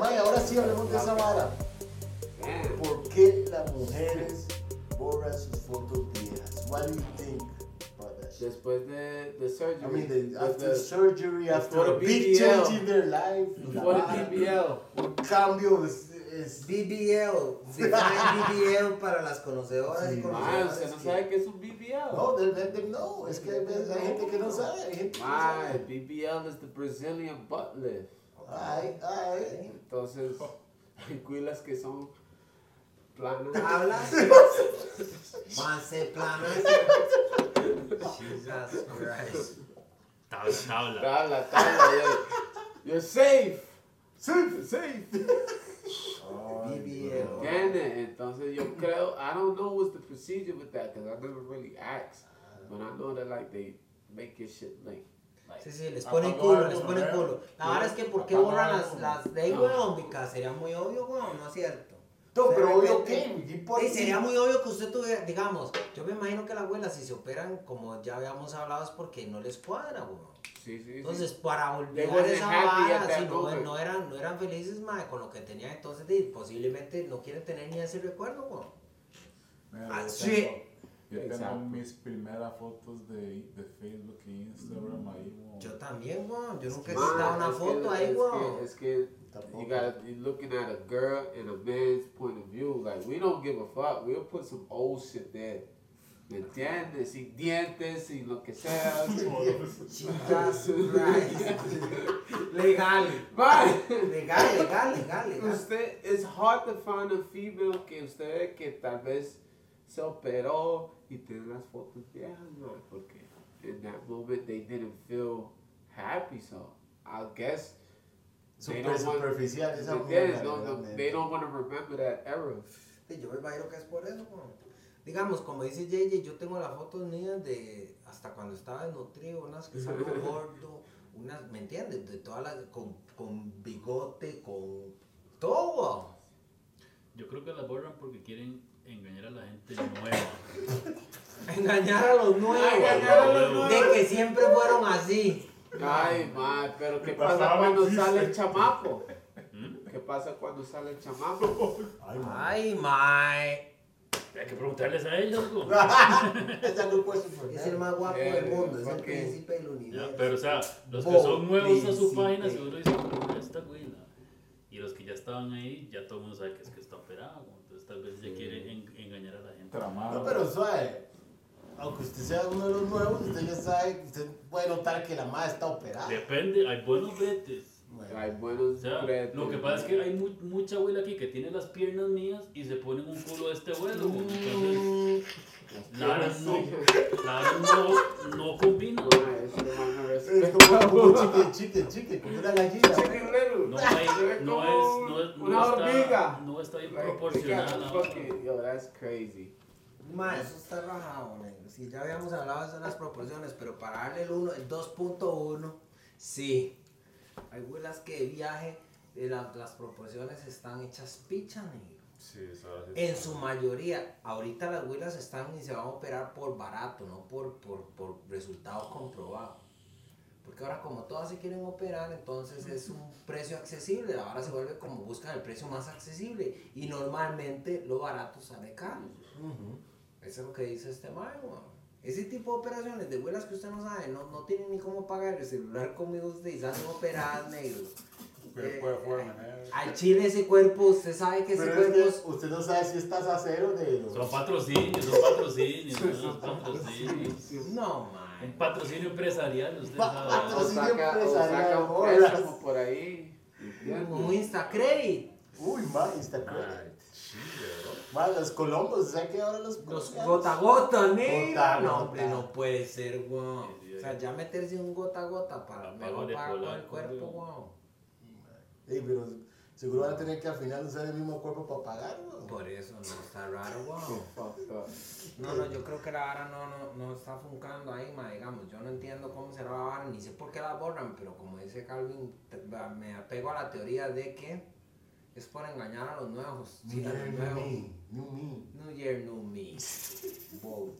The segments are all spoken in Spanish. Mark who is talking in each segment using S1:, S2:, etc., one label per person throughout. S1: Mae, ahora sí hablemos de esa vara. ¿Por qué las mujeres borran sus fotos viejas? What do you think about that shit?
S2: Después de, de surgery.
S1: I mean, the,
S2: de-
S1: after
S2: de-
S1: surgery, after a
S2: before
S1: big
S2: BBL.
S1: change in their life, la
S2: Before the
S1: vara,
S2: BBL.
S1: un cambio es, es-
S3: BBL, define BBL para las conocedoras y
S1: Sí,
S2: Mae,
S3: conocedores.
S2: usted no
S3: que-
S2: sabe qué es un BBL.
S1: No, they'll let them know. Es que hay, veces- hay gente que no sabe. Hay gente que no
S2: Mae,
S1: sabe.
S2: BBL es the Brazilian butt lift.
S1: Ay, ay.
S2: Entonces, hay cuilas que son planas.
S3: Hablas. Manse planas.
S4: Jesus Christ. Tabla, tabla.
S2: Tabla, tabla, yo- You're safe. Safe, safe.
S3: BBL.
S2: Get it? Entonces yo creo, I don't know what's the procedure with that because I never really asked. But I know that like they make your shit like.
S3: Sí, sí, les
S5: Ah,
S3: ponen
S5: vamos a
S3: culo,
S5: ver,
S3: les
S5: vamos a
S3: ponen
S5: ver.
S3: culo. La verdad es que ¿por qué
S5: Vamos a
S3: borran
S5: ver,
S3: las,
S5: vamos.
S3: las de
S2: No.
S3: weón, Mica? Sería muy obvio, weón, ¿no es cierto?
S1: No,
S3: De
S1: pero obvio
S3: repente-
S1: que. ¿y por
S3: Sí,
S1: qué?
S3: sería muy obvio que usted tuviera, digamos, yo me imagino que las abuelas si se operan, como ya habíamos hablado, es porque no les cuadra, weón.
S2: Sí, sí, sí.
S3: Entonces, para
S2: They
S3: volver a
S2: wasn't
S3: esa
S2: happy at
S3: vara,
S2: that
S3: si no,
S2: moment.
S3: no, eran, no eran felices, mae, con lo que tenían, entonces di, posiblemente no quieren tener ni ese recuerdo, Ah, weón.
S5: Mira, yo
S3: Así.
S5: tengo- Yo
S2: Exacto.
S5: tengo mis primeras fotos de, de Facebook e Instagram ahí, weón.
S3: Yo también, weón, yo nunca he
S2: Man,
S3: quitado una
S2: es que-
S3: foto ahí,
S2: es que-
S3: weón.
S2: Es que you
S1: Tampoco.
S2: got you looking at a girl and a man's point of view. Like we don't give a fuck. We'll put some old shit there. ¿Me entiendes? Sin dientes, sin lo que sea.
S3: Jesus Christ. Legal.
S2: Bye.
S3: Legal, legal, legal, legal.
S2: Usted, it's hard to find a female que usted que tal vez se operó y tiene las fotos viejas, man, porque in that moment they didn't feel happy, so I guess
S1: Super
S2: they don't want,
S1: superficial esa
S2: they,
S1: mujer.
S2: don't- they don't want to remember that error.
S3: Sí, yo me imagino que es por eso, weón. Digamos, como dice JJ, yo tengo las fotos mías de hasta cuando estaba desnutrido, unas que salgo gordo, unas, ¿me entiendes? De todas las, con, con bigote, con todo, weón.
S4: Yo creo que las borran porque quieren engañar a la gente nueva.
S3: Engañar a los nuevos.
S2: Engañar a los
S3: De
S2: nuevos.
S3: que siempre fueron así.
S2: Ay, ma, pero ¿qué
S5: Me
S2: pasa
S5: pasaba
S2: cuando
S5: el chiste.
S2: sale el chamaco?
S4: ¿Mm?
S2: ¿Qué pasa cuando sale el chamaco?
S3: Ay, mae.
S4: Hay que preguntarles a ellos, güey.
S1: Esa no puede superar.
S3: Es el más guapo del
S2: Eh,
S3: mundo, es el
S2: ok.
S3: príncipe del
S4: Ya,
S3: universo.
S4: pero o sea, los que
S1: Bo-
S4: son nuevos a su
S1: príncipe.
S4: página seguro dicen, "Pero esta güila. Y los que ya estaban ahí, ya todo el mundo sabe que es que está operado. güey. Entonces tal vez ya quieren en- engañar a la gente.
S5: Tramado.
S1: No, pero suave. Aunque usted sea uno de los nuevos, usted ya sabe, usted puede notar que la madre está operada.
S4: Depende, hay buenos vetes.
S1: Bueno,
S2: Ay, buenos
S4: O sea,
S2: bretes,
S4: lo que pasa es que hay mu- mucha abuela aquí que tiene las piernas mías y se ponen un culo de este vuelo. güey. Entonces, la verdad no, la verdad no, no combina.
S2: Ma, este man no
S1: Es
S2: respeta.
S1: como, como chique, chique, chique, como una gallina.
S2: Chicken Little.
S4: No, hay, no es, no es, no
S2: una
S4: está,
S2: hormiga.
S4: no está bien
S2: Like,
S4: proporcionada. la
S2: yeah,
S4: vara.
S2: fucking- Yo, that's crazy.
S3: Ma, eso está rajado, negro. Si ya habíamos hablado de las proporciones, pero para darle el uno- el 2.1, sí. Hay huelas que de viaje, eh, la- las proporciones están hechas picha, negro.
S5: Sí, sabes.
S3: En su mayoría, ahorita las huelas están y se van a operar por barato, no por, por, por resultado comprobado. Porque ahora como todas se quieren operar, entonces es un precio accesible. Ahora se vuelve como buscan el precio más accesible. Y normalmente lo barato sale caro. Eso es lo que dice este man, weón. Ese tipo de operaciones de huelas que usted no sabe, no, no tiene ni cómo pagar el celular conmigo usted y salen operadas negro.
S5: Pero
S3: Eh,
S5: puede jugar manera.
S3: Al chile ese cuerpo, usted sabe que pues, ese
S1: Pero
S3: cuerpo
S1: es
S3: es...
S1: que usted no sabe si estás a cero de los.
S4: Son patrocinios, son patrocinios, son patrocinios.
S3: No,
S4: Un
S3: man.
S4: patrocinio empresarial, usted
S1: Pa-
S4: sabe.
S1: patro-
S2: O saca, o saca un
S1: Empresarial,
S2: préstamo por ahí.
S3: Un Instacredit.
S1: Uy, ma, está
S4: Ay,
S1: Ma, los colombos, ¿sabes que ahora los
S3: Los
S1: colombianos?
S3: gota a gota,
S1: Gota
S3: nega.
S1: a
S3: No,
S1: gota.
S3: hombre, no puede ser, weón.
S4: Sí, sí,
S3: O sea,
S4: sí.
S3: ya meterse un gota a gota para
S4: Para
S3: mejor pagar
S4: pagar de
S3: con el
S4: polaco,
S3: cuerpo,
S4: weón.
S3: weón.
S1: Ey, pero seguro van a tener que al final usar el mismo cuerpo para pagar, ¿no?
S3: Por eso no está raro,
S2: Qué
S3: weón.
S2: fucked up.
S3: No, no, yo creo que la vara no, no, no está funcando ahí, ma, digamos, yo no entiendo cómo será la vara, ni sé por qué la borran, pero como dice Calvin, te- va- me apego a la teoría de que es por engañar a los nuevos. Sí, a los
S1: New
S3: nuevos.
S1: me, new me.
S3: New Year, New Me. Wow.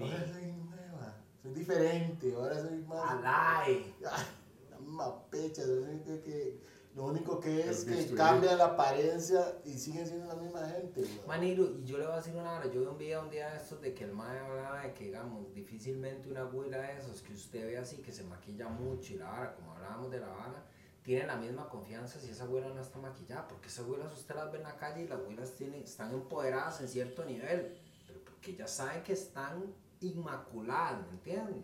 S1: Ahora soy nueva, soy diferente, ahora soy más.
S3: Alay.
S1: Ah, La misma pecha, soy gente que Lo único que es
S2: El
S1: que
S2: bisturí.
S1: cambia la apariencia y siguen siendo la misma gente, weón.
S3: Manilo, y yo le voy a decir una hora, yo vi un video un día de estos de que el mae hablaba de que, digamos, difícilmente una abuela de esos que usted ve así, que se maquilla mucho y la vara, como hablábamos de la vara, tiene la misma confianza si esa abuela no está maquillada, porque esas abuelas usted las ve en la calle y las abuelas tienen, están empoderadas en cierto nivel, pero porque ya saben que están inmaculadas, ¿me entiende?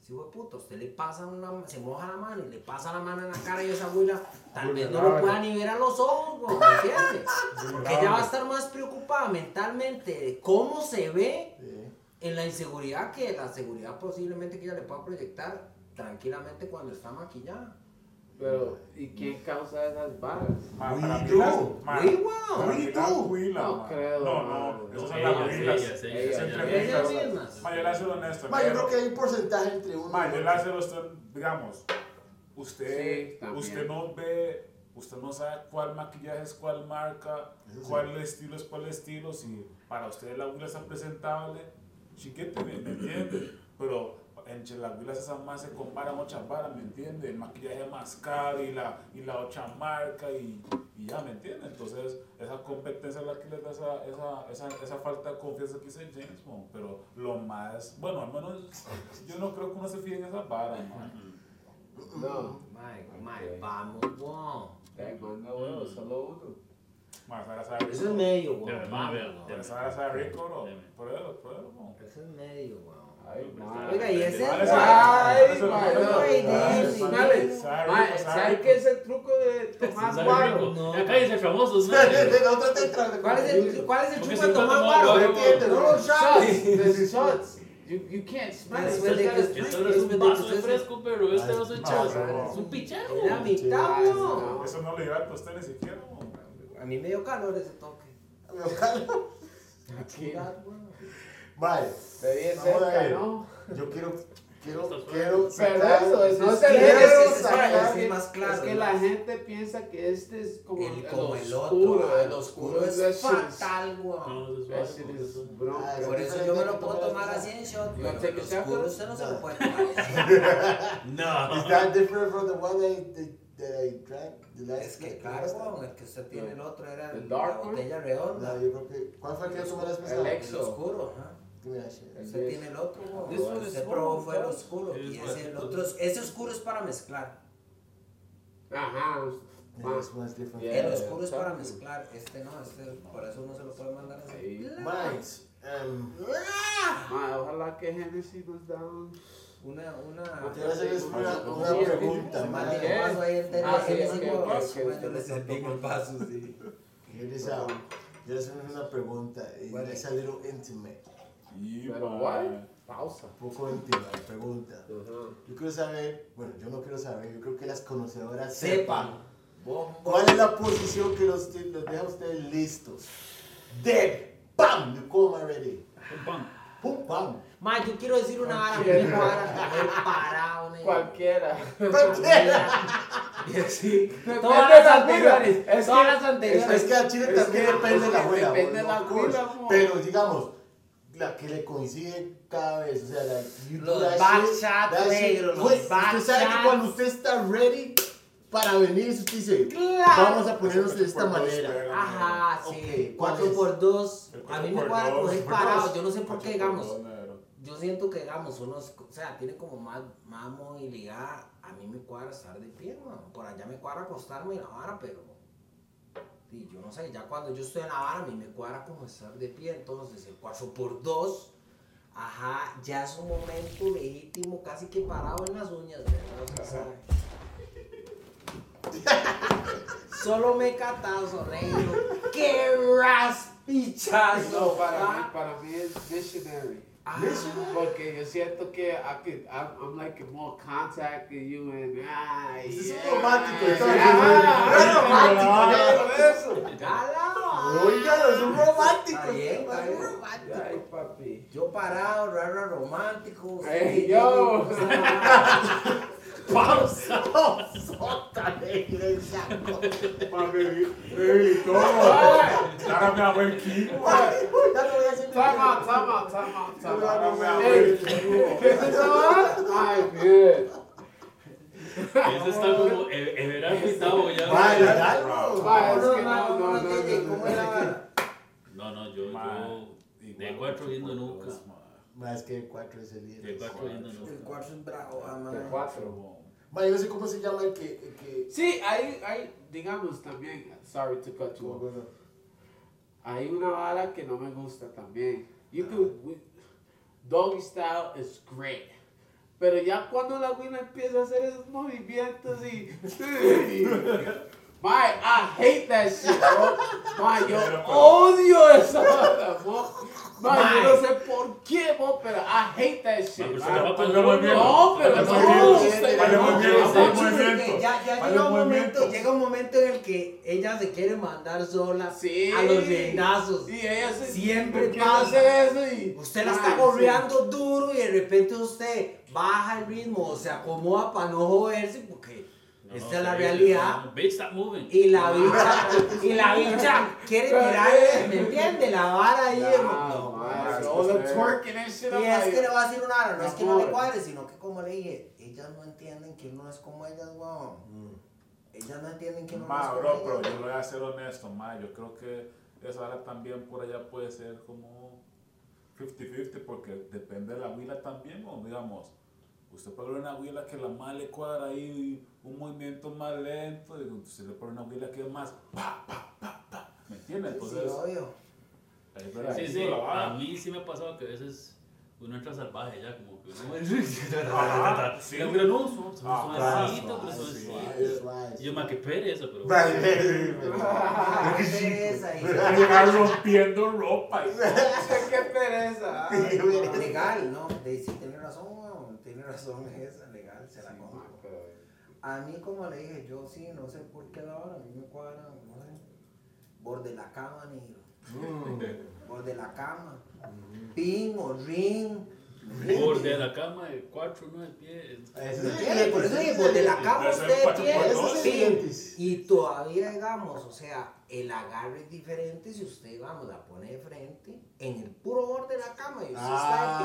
S3: Si fue puta, usted le pasa una, se moja la mano y le pasa la mano en la cara y esa abuela tal vez no lo pueda ni ver a los ojos, güey, ¿me entiende? Porque ella va a estar más preocupada mentalmente de cómo se ve
S1: Sí.
S3: en la inseguridad que la seguridad posiblemente que ella le pueda proyectar tranquilamente cuando está maquillada.
S2: Pero, ¿y quién causa esas varas?
S5: Ma,
S1: Uy,
S5: para mí
S1: yo.
S5: las- ma,
S3: Uy,
S5: para
S3: wow.
S5: mí
S1: Uy,
S5: las
S1: tú.
S5: huilas,
S2: No
S5: ma.
S2: creo,
S5: No,
S2: ma.
S5: no,
S4: No,
S5: esas son las
S4: ellas,
S5: huilas.
S4: ellas, ellas,
S2: Ellas
S4: ellas.
S5: entrevistas.
S3: Ellas mismas.
S5: Ma, yo le soy honesto.
S1: Ma, yo
S5: pero-
S1: creo que hay un porcentaje entre uno.
S5: Ma,
S1: y
S5: yo
S1: otro.
S5: le hace usted, digamos,
S2: Sí,
S5: usted,
S2: también.
S5: usted no ve, usted no sabe cuál maquillaje es cuál marca,
S1: Eso sí.
S5: cuál estilo es cuál estilo, si para usted la abuela está presentable, chiquete, ¿me, me entiende? Pero entre las abuelas esas más se comparan otras varas, ¿me entiende? El maquillaje más caro y la, y la otra marca y, y ya, ¿me entiende? Entonces, esa competencia es la que les da esa, esa, esa, esa falta de confianza que dice James, mo. pero lo más, bueno, al menos yo no creo que uno se fije en esas varas, man.
S2: No.
S3: Mae, mae, vamos, wow.
S2: Ay, manda huevos, solo uno.
S5: Ma, esa vara sabe
S3: Eso es
S5: rico.
S3: medio, wow.
S4: De verdad,
S3: Vamos,
S4: de
S5: Esa
S4: verdad.
S5: vara sabe rico, bro.
S4: Deme.
S5: Pruébalo, pruébalo, mo.
S3: Eso es medio, wow.
S2: Ay, madre.
S3: Oiga, y ese
S5: Vale,
S2: Ay,
S5: Eso-
S2: madre,
S5: eso-
S2: güey,
S5: eso-
S2: sí,
S5: eso-
S2: dale.
S5: sabe
S2: Ma,
S5: rico, sabe
S2: ¿Sabes
S5: rico.
S2: qué es el truco de Tomás
S4: Sabe rico.
S2: Guaro?
S3: No.
S4: Ya cállense, famosos,
S1: De- de- de
S4: madre.
S1: la otra tetra.
S3: ¿Cuál es el, cuál es el
S4: Porque
S3: chupa de
S4: si no
S3: Tomás
S4: tomaba
S3: Guaro?
S4: guaro.
S1: Entiende, no los
S2: Shots.
S1: shots.
S2: There's shots. You, you can't smell
S3: Madre,
S2: it.
S3: güey, de que-
S2: Sometimes-
S4: Esto no es un vaso de fresco, pero
S5: Ah,
S4: este
S1: Ay,
S4: vaso de
S5: no,
S4: chavo.
S5: no.
S4: Es un pichero.
S3: Es la mitad,
S2: Ay,
S3: wow.
S5: Eso no le hidrata a usted ni siquiera, mo.
S3: A mí me dio calor ese toque.
S2: Aquí.
S1: Vale,
S2: Está bien
S1: Vamos a
S2: cerca,
S1: ver.
S2: ¿no? eh.
S1: yo quiero, quiero,
S4: Esto suena.
S1: quiero.
S2: Pero
S1: sacar-
S2: eso es- pues, no
S1: quiero
S2: se
S3: Sí,
S2: deje
S3: es- es- es-
S2: sacar
S3: es
S2: que-
S3: más claro,
S2: Es que
S3: ¿no?
S2: la gente piensa que este es como
S3: El, como el
S2: oscuro,
S3: otro, ah, el oscuro es
S2: shit is-
S3: fatal, wow.
S4: No,
S2: that
S4: eso
S2: shit
S4: es
S2: is
S4: suave.
S2: bronca.
S1: Ah,
S3: Por eso yo me lo puedo tomar así en shot,
S2: You
S3: pero
S2: wanna take
S3: el
S2: a shot,
S3: oscuro
S2: bro?
S3: usted no se lo puede tomar.
S1: Is
S4: No.
S1: that different from the one I, the- that I drank the last
S3: Es que
S1: the
S3: claro,
S1: last
S3: weón, el que usted tiene el otro era
S2: El
S3: la
S2: dark one?
S3: botella
S1: time? No,
S3: redonda.
S1: yo creo que. ¿Cuál fue el que yo tomé la vez pasada?
S2: Alex.
S3: El oscuro, ajá.
S1: Give me that shit.
S3: Usted tiene el otro, weón.
S2: This one is
S3: Usted
S2: small,
S3: probó fue el
S2: bro.
S3: oscuro. Y
S4: It is
S3: ese, el
S4: what-
S3: otro, es- ese oscuro es para mezclar.
S2: Ajá.
S1: Yeah,
S2: ma.
S1: this one's different.
S2: Yeah.
S3: El oscuro es para
S2: exactly.
S3: mezclar. Este no, este, por eso uno se lo puede mandar así.
S2: Ahí.
S1: Right. Um,
S2: Ma, ojalá que Hennessy nos da un...
S3: Una, una.
S1: quiero hacerles una, una
S2: Ah, Sí, es que-
S1: pregunta,
S3: Se
S1: man.
S3: mantiene el vaso ahí entero.
S2: Ah, sí,
S3: Él
S2: ok,
S3: dice,
S2: ok, ok,
S3: "Wow". Bueno,
S2: usted
S3: le
S2: lo está
S3: sentí el vaso, sí.
S1: Hear this out. Quiero hacerles una pregunta. y
S3: Vale.
S1: Es a little intimate.
S5: Y,
S2: Pero,
S5: ma,
S2: guay. Pausa.
S1: Un poco íntima la pregunta. Yo quiero saber, bueno, yo no quiero saber, yo creo que las conocedoras sepan.
S3: Sepan. Vos- vos-
S1: ¿Cuál es la posición que los, los deja a ustedes listos? Dead. ¡Bam! You come already. ¡Pum! ¡Bam!
S3: Ma, yo quiero decir una vara muy rara, muy parado, me.
S2: Cualquiera.
S3: Y así,
S2: Depende
S3: Todas
S2: de
S3: las
S2: las
S3: anteriores,
S2: vidas. Es
S3: todas
S2: que-
S3: las
S1: Es, es
S3: anteriores.
S1: que a Chile
S2: Es
S1: también
S2: que-
S1: depende de la abuela.
S2: depende
S1: bueno,
S2: de la
S1: of course.
S2: abuela, mo.
S1: Pero digamos, la que le coincide cada vez. O sea, la you do
S3: Los
S1: that
S3: back
S1: shit,
S3: shots
S1: that shit.
S3: negros, los
S1: Güey,
S3: back
S1: Usted sabe que
S3: shots.
S1: cuando usted está ready para venir, usted dice,
S3: Claro.
S1: vamos a ponernos de esta
S5: Por dos,
S1: manera.
S5: pero-
S3: Ajá, sí.
S1: Ok, ¿cuál
S3: 4
S1: es?
S3: por 2
S5: El
S3: A mí
S5: cuatro
S3: me
S5: por
S3: cuadra
S5: dos,
S3: coger
S5: por
S3: parado.
S5: dos.
S3: Yo no sé por qué,
S5: Cuatro
S3: digamos.
S5: dos, negro.
S3: Yo siento que, digamos, unos, o sea, tiene como más, más movilidad. A mí me cuadra estar de pie, mano. Por allá me cuadra acostarme en la vara, pero. sí, yo no sé, ya cuando yo estoy en la vara, a mí me cuadra como estar de pie. Entonces, el 4x2, ajá, ya es un momento legítimo, casi que parado en las uñas, ¿verdad? O sea, ¿sabe? Solo me catazo, negro. ¡Qué Ah, raspichazo!
S2: No, para mí,
S3: ¿va?
S2: para mí es missionary.
S3: Ah.
S2: Porque yo siento que I could, I'm, I'm like in more contact with you and ah,
S1: Es
S2: yeah.
S1: un romántico,
S2: Yeah.
S1: entonces,
S2: Ah,
S1: es romántico,
S2: ah, eso.
S3: ¡Gala!
S1: Oiga, es un romántico.
S3: Ah, Está bien,
S1: es un
S3: está bien.
S1: romántico.
S2: Ay, papi.
S3: Yo parado, raro, romántico.
S2: Ey,
S3: sí,
S2: yo.
S3: o sea,
S4: Pausa.
S1: Sota negra, el saco.
S5: Papi, ey, ¿cómo?
S2: Ay,
S5: Dárame a buen equipo.
S1: Ay, Ya no voy a decir
S2: Time out,
S1: nada.
S2: time out, time out, time out.
S5: Dárame a buen
S2: Hey,
S5: equipo.
S2: ¿qué es eso? Ay, bien.
S4: Eso está como e- Everard centavo ya.
S1: Vale,
S2: Vale,
S1: algo.
S2: es que no, no, no, no,
S1: ¿Cómo
S2: no.
S1: era? vara?
S4: No, no, yo, yo de cuatro viendo nunca.
S1: Más que el 4 es el 10.
S4: De cuatro viendo
S3: El
S4: nunca.
S3: cuarzo es bravo, ah,
S5: De
S3: man.
S5: cuatro.
S1: Mae, yo no sé cómo se llama el que. el que...
S2: Sí, hay, hay, digamos también, sorry to cut you off. Hay una vara que no me gusta también. You
S4: Ah.
S2: could- we- doggy style is great. Pero ya cuando la güina empieza a hacer esos movimientos y. My, I hate that shit, bro. My, yo odio esa vara, bro. My, yo no sé por qué, bro, pero I hate that shit.
S4: pero Ah, pues se
S2: man.
S4: la va a poner
S2: ah, pues No, pero
S4: muy bien. Vale,
S2: no,
S4: muy
S1: bien.
S2: usted
S1: Vale, muy
S2: no,
S1: bien,
S2: usted
S5: vale,
S2: no.
S5: muy bien.
S3: Porque Ya, ya
S5: Hay
S3: llega un
S5: movimientos.
S2: pues.
S3: momento, llega un momento en el que ella se quiere mandar sola
S2: Ah, Sí.
S3: a los lindazos.
S2: Y ella se-
S3: Siempre
S2: ¿por qué
S3: pasa.
S2: hacer eso y.
S3: Usted la está
S2: Ay,
S3: gorreando duro y de repente usted baja el ritmo o se acomoda para no joderse porque
S4: No,
S3: esta
S4: no,
S3: es la
S4: sí,
S3: realidad.
S4: no, Bitch, stop moving.
S3: Y
S5: Ah.
S3: la bicha, y la bicha quiere tirar, ¿me entiende? La vara ahí.
S2: sí.
S3: no.
S2: Nah, man,
S5: no,
S2: all the
S5: no.
S2: twerking and shit, I'm
S3: Y es que
S2: like-
S3: le voy a decir una vara, no es que no le
S2: Amor.
S3: cuadre, sino que como le dije, ellas no entienden que uno es como ellas, weón. Ellas no entienden que uno no es
S5: Ma,
S3: como
S5: Mm. bro, pero
S3: ellas.
S5: yo voy a ser honesto, ma. Yo creo que esa vara también por allá puede ser como 50-50 porque depende de la huila también, o digamos. Usted puede ver una huila que la más le cuadra ahí, un movimiento más lento, y usted le pone una huila que es más pa, pa, pa, pa. ¿Me entiende?
S3: Sí,
S5: Entonces,
S3: obvio.
S5: ahí es
S4: Sí,
S5: ahí
S4: sí,
S5: es la
S4: a
S5: vara.
S4: mí sí me ha pasado que a veces uno entra salvaje ya, como que uno.
S5: Ajá, sí.
S4: Pero no, son
S5: Ah,
S4: suavecito, pero
S1: Ay, Ah, sí,
S4: suavecito.
S1: es más.
S4: Yo me que pere eso, pero.
S1: Mae, mae, mae.
S3: Ah, pereza, y-
S5: Llegar rompiendo ropa y
S2: ¡Qué pereza!
S1: Sí, güey.
S3: Legal, no, de, sí, tiene razón, weón, tiene razón esa, legal, se la compro. A mí, como le dije, yo sí, no sé por qué la hora, a mí me cuadra, no sé, borde la cama, negro, borde la cama, pin o ring,
S4: Borde la cama, el cuatro, no, el pie. el-
S1: Ese es
S3: ¿Entiende? Por eso digo, borde la cama
S5: Ese es
S3: usted
S5: cuatro por dos.
S3: tiene
S1: Ese
S3: pin,
S1: es
S3: y todavía, digamos, o sea, el agarre es diferente si usted, digamos, la pone de frente, en el puro borde de la cama, y usted está de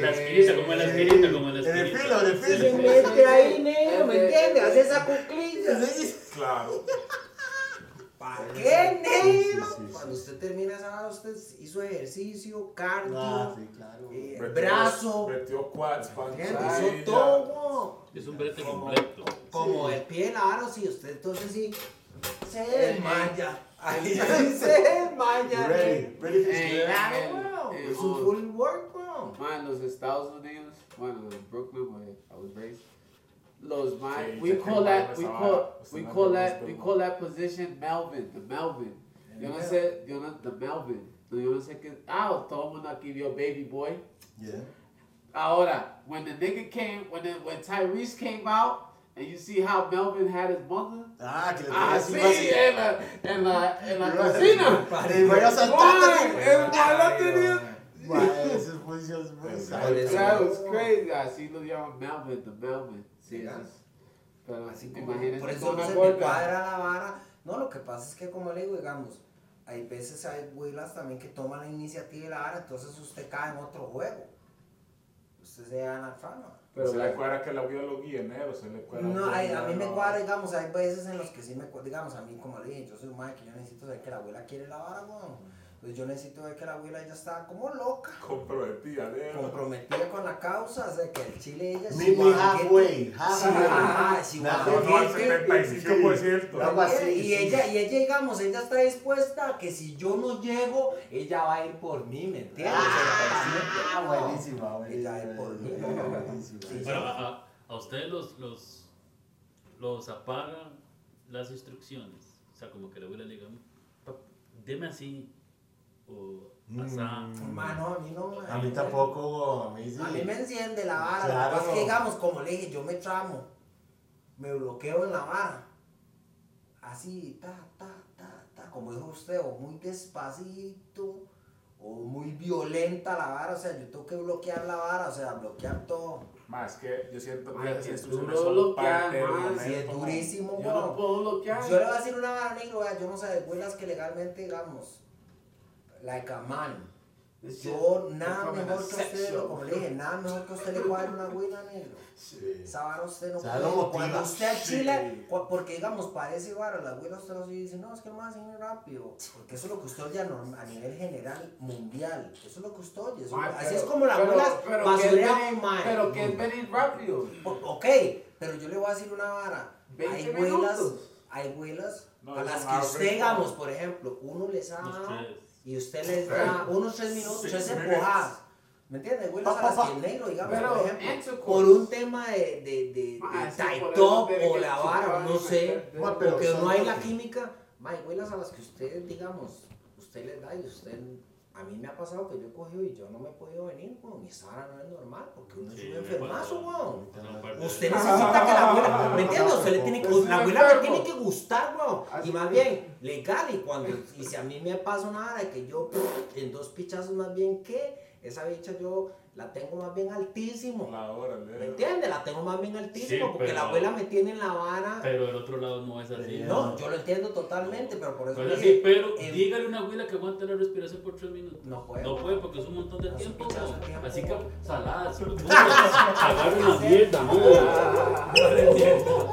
S1: Ah,
S4: La esquinita, como la esquinita, como la
S1: En el
S4: esquinita.
S1: filo, en el
S3: Se
S1: filo.
S3: mete ahí, negro, ¿me entiendes? Hace esa cuclilla.
S5: claro.
S3: ¿Para qué, negro?
S1: sí, sí.
S3: Cuando usted termina esa hora, usted hizo ejercicio, cardio,
S1: Ah, sí, claro.
S3: eh,
S5: Metió-
S3: brazo,
S5: Metió quads,
S3: ¿entiendes?
S5: panza,
S3: Hizo
S5: y ya.
S3: todo.
S4: Es un brete
S5: Como-
S4: completo.
S3: Como el pie largo, si usted entonces sí se desmaya. Ahí se desmaya,
S1: Ready,
S3: negro.
S1: ready for
S2: Hey.
S1: school.
S3: Claro, weón.
S2: Eh,
S3: Es un
S2: on.
S3: full work, weón.
S2: Man, los Estados Unidos, bueno, en Brooklyn, where I was raised, los man,
S5: Sí,
S2: we
S5: ya
S2: call
S5: que
S2: that,
S5: vamos
S2: we
S5: a-
S2: call,
S5: pues,
S2: we
S5: no
S2: call
S5: me
S2: that,
S5: gusta,
S2: we
S5: ¿no?
S2: call that position Melvin, the Melvin. Yo no sé, yo no, the Melvin, no, yo no sé qué, ah, todo el mundo aquí vio Baby Boy.
S1: Yeah.
S2: Ahora, when the nigga came, when the, when Tyrese came out, and you see how Melvin had his mother,
S1: Ah, que le
S2: ah,
S1: pegas
S2: sí,
S1: un básico.
S2: en la, en la, en la
S1: Le vas-
S2: cocina.
S1: Le voy a saltar.
S2: Ay, el balón tenía-
S1: Mae, esas posiciones, pues,
S3: Madre.
S1: ay,
S2: That was crazy. Así lo llaman Melvin, the Melvin. Sí,
S3: Sí,
S2: eso
S3: ah.
S2: es. Pero
S3: Así
S2: te
S3: como,
S2: imaginas
S3: por
S2: que
S3: eso
S2: con
S3: no
S2: una
S3: se me
S2: gorda.
S3: cuadra la vara. No, lo que pasa es que, como le digo, digamos, hay veces hay huilas también que toman la iniciativa y la vara, entonces usted cae en otro juego. Usted se da la fama.
S2: Pero
S5: se le
S2: la-
S5: cuadra que la vida lo guíe, negro, se le cuadra.
S3: No,
S5: que
S3: hay- a
S5: la-
S3: mí me cuadra, digamos, hay veces en los que sí me cuadra, digamos, a mí, como le dije, yo soy un madre que yo necesito saber que la abuela quiere la vara, weón. Pues yo necesito ver que la abuela ella está como loca,
S5: Comprometida, negro.
S3: comprometida con la causa, o sea, que el chile ella es
S1: Meet me halfway,
S3: Ajá,
S1: halfway.
S3: es
S1: Nah,
S5: No, no, al
S3: guaguete.
S5: 75%.
S1: Algo así,
S3: Y
S1: sí.
S3: ella, y ella, digamos, ella está dispuesta a que si yo no llego, ella va a ir por mí, ¿me
S1: é
S3: entiendes?
S1: Ah,
S3: O sea,
S1: buenísima, buenísima.
S3: Ella es por mí.
S1: Buenísima.
S4: Pero a, a- a ustedes los, los, los apagan las instrucciones. O sea, como que la abuela le diga, "Pap- deme así o asá.
S3: Mano, a mí no.
S1: A mí tampoco, a mí sí.
S3: A mí me enciende la vara.
S1: Claro.
S3: Lo que pasa es que, digamos, como le dije, yo me tramo. Me bloqueo en la vara. Así, ta, ta, ta, ta. Como dijo usted, o muy despacito, o muy violenta la vara. O sea, yo tengo que bloquear la vara, o sea, bloquear todo.
S5: Más que yo siento que
S2: Ay,
S5: las
S2: es
S5: instrucciones
S2: duro
S5: son
S2: lo que
S5: parte del
S2: hagan,
S5: momento.
S2: man,
S3: Si es durísimo,
S2: Yo no
S3: weón.
S2: puedo bloquear.
S3: Yo le voy a decir una vara negro, vea, yo no sé, de abuelas que legalmente, digamos, like a man,
S2: This shit
S3: Yo,
S2: is
S3: nada
S2: becoming a
S3: mejor que a
S2: sex
S3: usted,
S2: show.
S3: como le dije, nada mejor que a usted le cuadre una güila negro.
S1: Sí.
S3: Esa vara usted no
S1: O sea,
S3: puede.
S1: lo motiva.
S3: Cuando usted al
S5: Sí.
S3: chile, cua- porque digamos, parece vara, la abuela usted nos dice, no, es que el más viene rápido. Porque eso es lo que usted oye a, norm- a nivel general mundial. Eso es lo que usted oye. eso-
S2: Mae,
S3: así
S2: pero-
S3: es como la
S2: pero-
S3: abuela
S2: pero que es
S3: basurea
S2: venir-
S3: mae.
S2: Pero que
S4: Mm.
S2: es venir rápido.
S3: O- Ok, pero yo le voy a decir una vara.
S2: 20
S3: Hay abuelas,
S2: minutos.
S3: hay abuelas
S5: No,
S3: a
S5: eso
S3: las
S5: me abre.
S3: que usted, digamos, por ejemplo, uno les ha
S4: Los
S3: dado
S4: tres.
S3: y usted les da unos tres minutos, tres empujadas. ¿Me entiendes? Abuelas
S1: Pa,
S3: a
S1: pa,
S3: las
S1: pa.
S3: que el negro, digamos,
S2: Pero
S3: por ejemplo,
S2: intercourse.
S3: por un tema de, de, de,
S2: Ah,
S3: de
S2: sí,
S3: tight
S2: por eso
S3: top
S2: tiene
S3: o
S2: que
S3: la vara,
S2: chupar y
S3: no sé,
S2: meter-
S1: Bueno, Ah, pero
S3: porque
S1: son
S3: no hay la
S1: otros.
S3: química. Hay abuelas a las que usted, digamos, usted les da y usted... A mí me ha pasado que yo he cogido y yo no me he podido venir, como mi Sara no es normal, porque uno es
S4: Sí,
S3: un
S4: me
S3: enfermazo,
S4: pasa.
S3: weón.
S4: Esa parte
S3: Usted
S4: de-
S3: necesita que la abuela, ¿me entiendes? Usted le tiene que,
S2: Es un
S3: la abuela le
S2: enfermo.
S3: tiene que gustar, weón.
S2: Así
S3: Y más
S2: es.
S3: bien, legal. Y cuando, y si a mí me pasa nada de que yo, en dos pichazos más bien que, esa bicha yo la tengo más bien altísimo.
S5: La hora, le-
S3: ¿Me entiendes? La tengo más bien altísimo
S4: Sí,
S3: porque la
S4: pero-
S3: abuela me tiene en la vara.
S4: Pero el otro lado no es así.
S3: no, yo lo entiendo totalmente, pero por eso.
S4: Pero,
S3: dije,
S4: sí, pero
S3: el-
S4: dígale a una abuela que aguante la respiración por tres minutos.
S3: No puede.
S4: No puede porque es un montón de
S3: Es un
S4: tiempo.
S3: pinchazo
S4: ¿no?
S3: de tiempo.
S4: Así que saladas, agarren la mierda, ¿no?
S5: Ah. No le entiendo.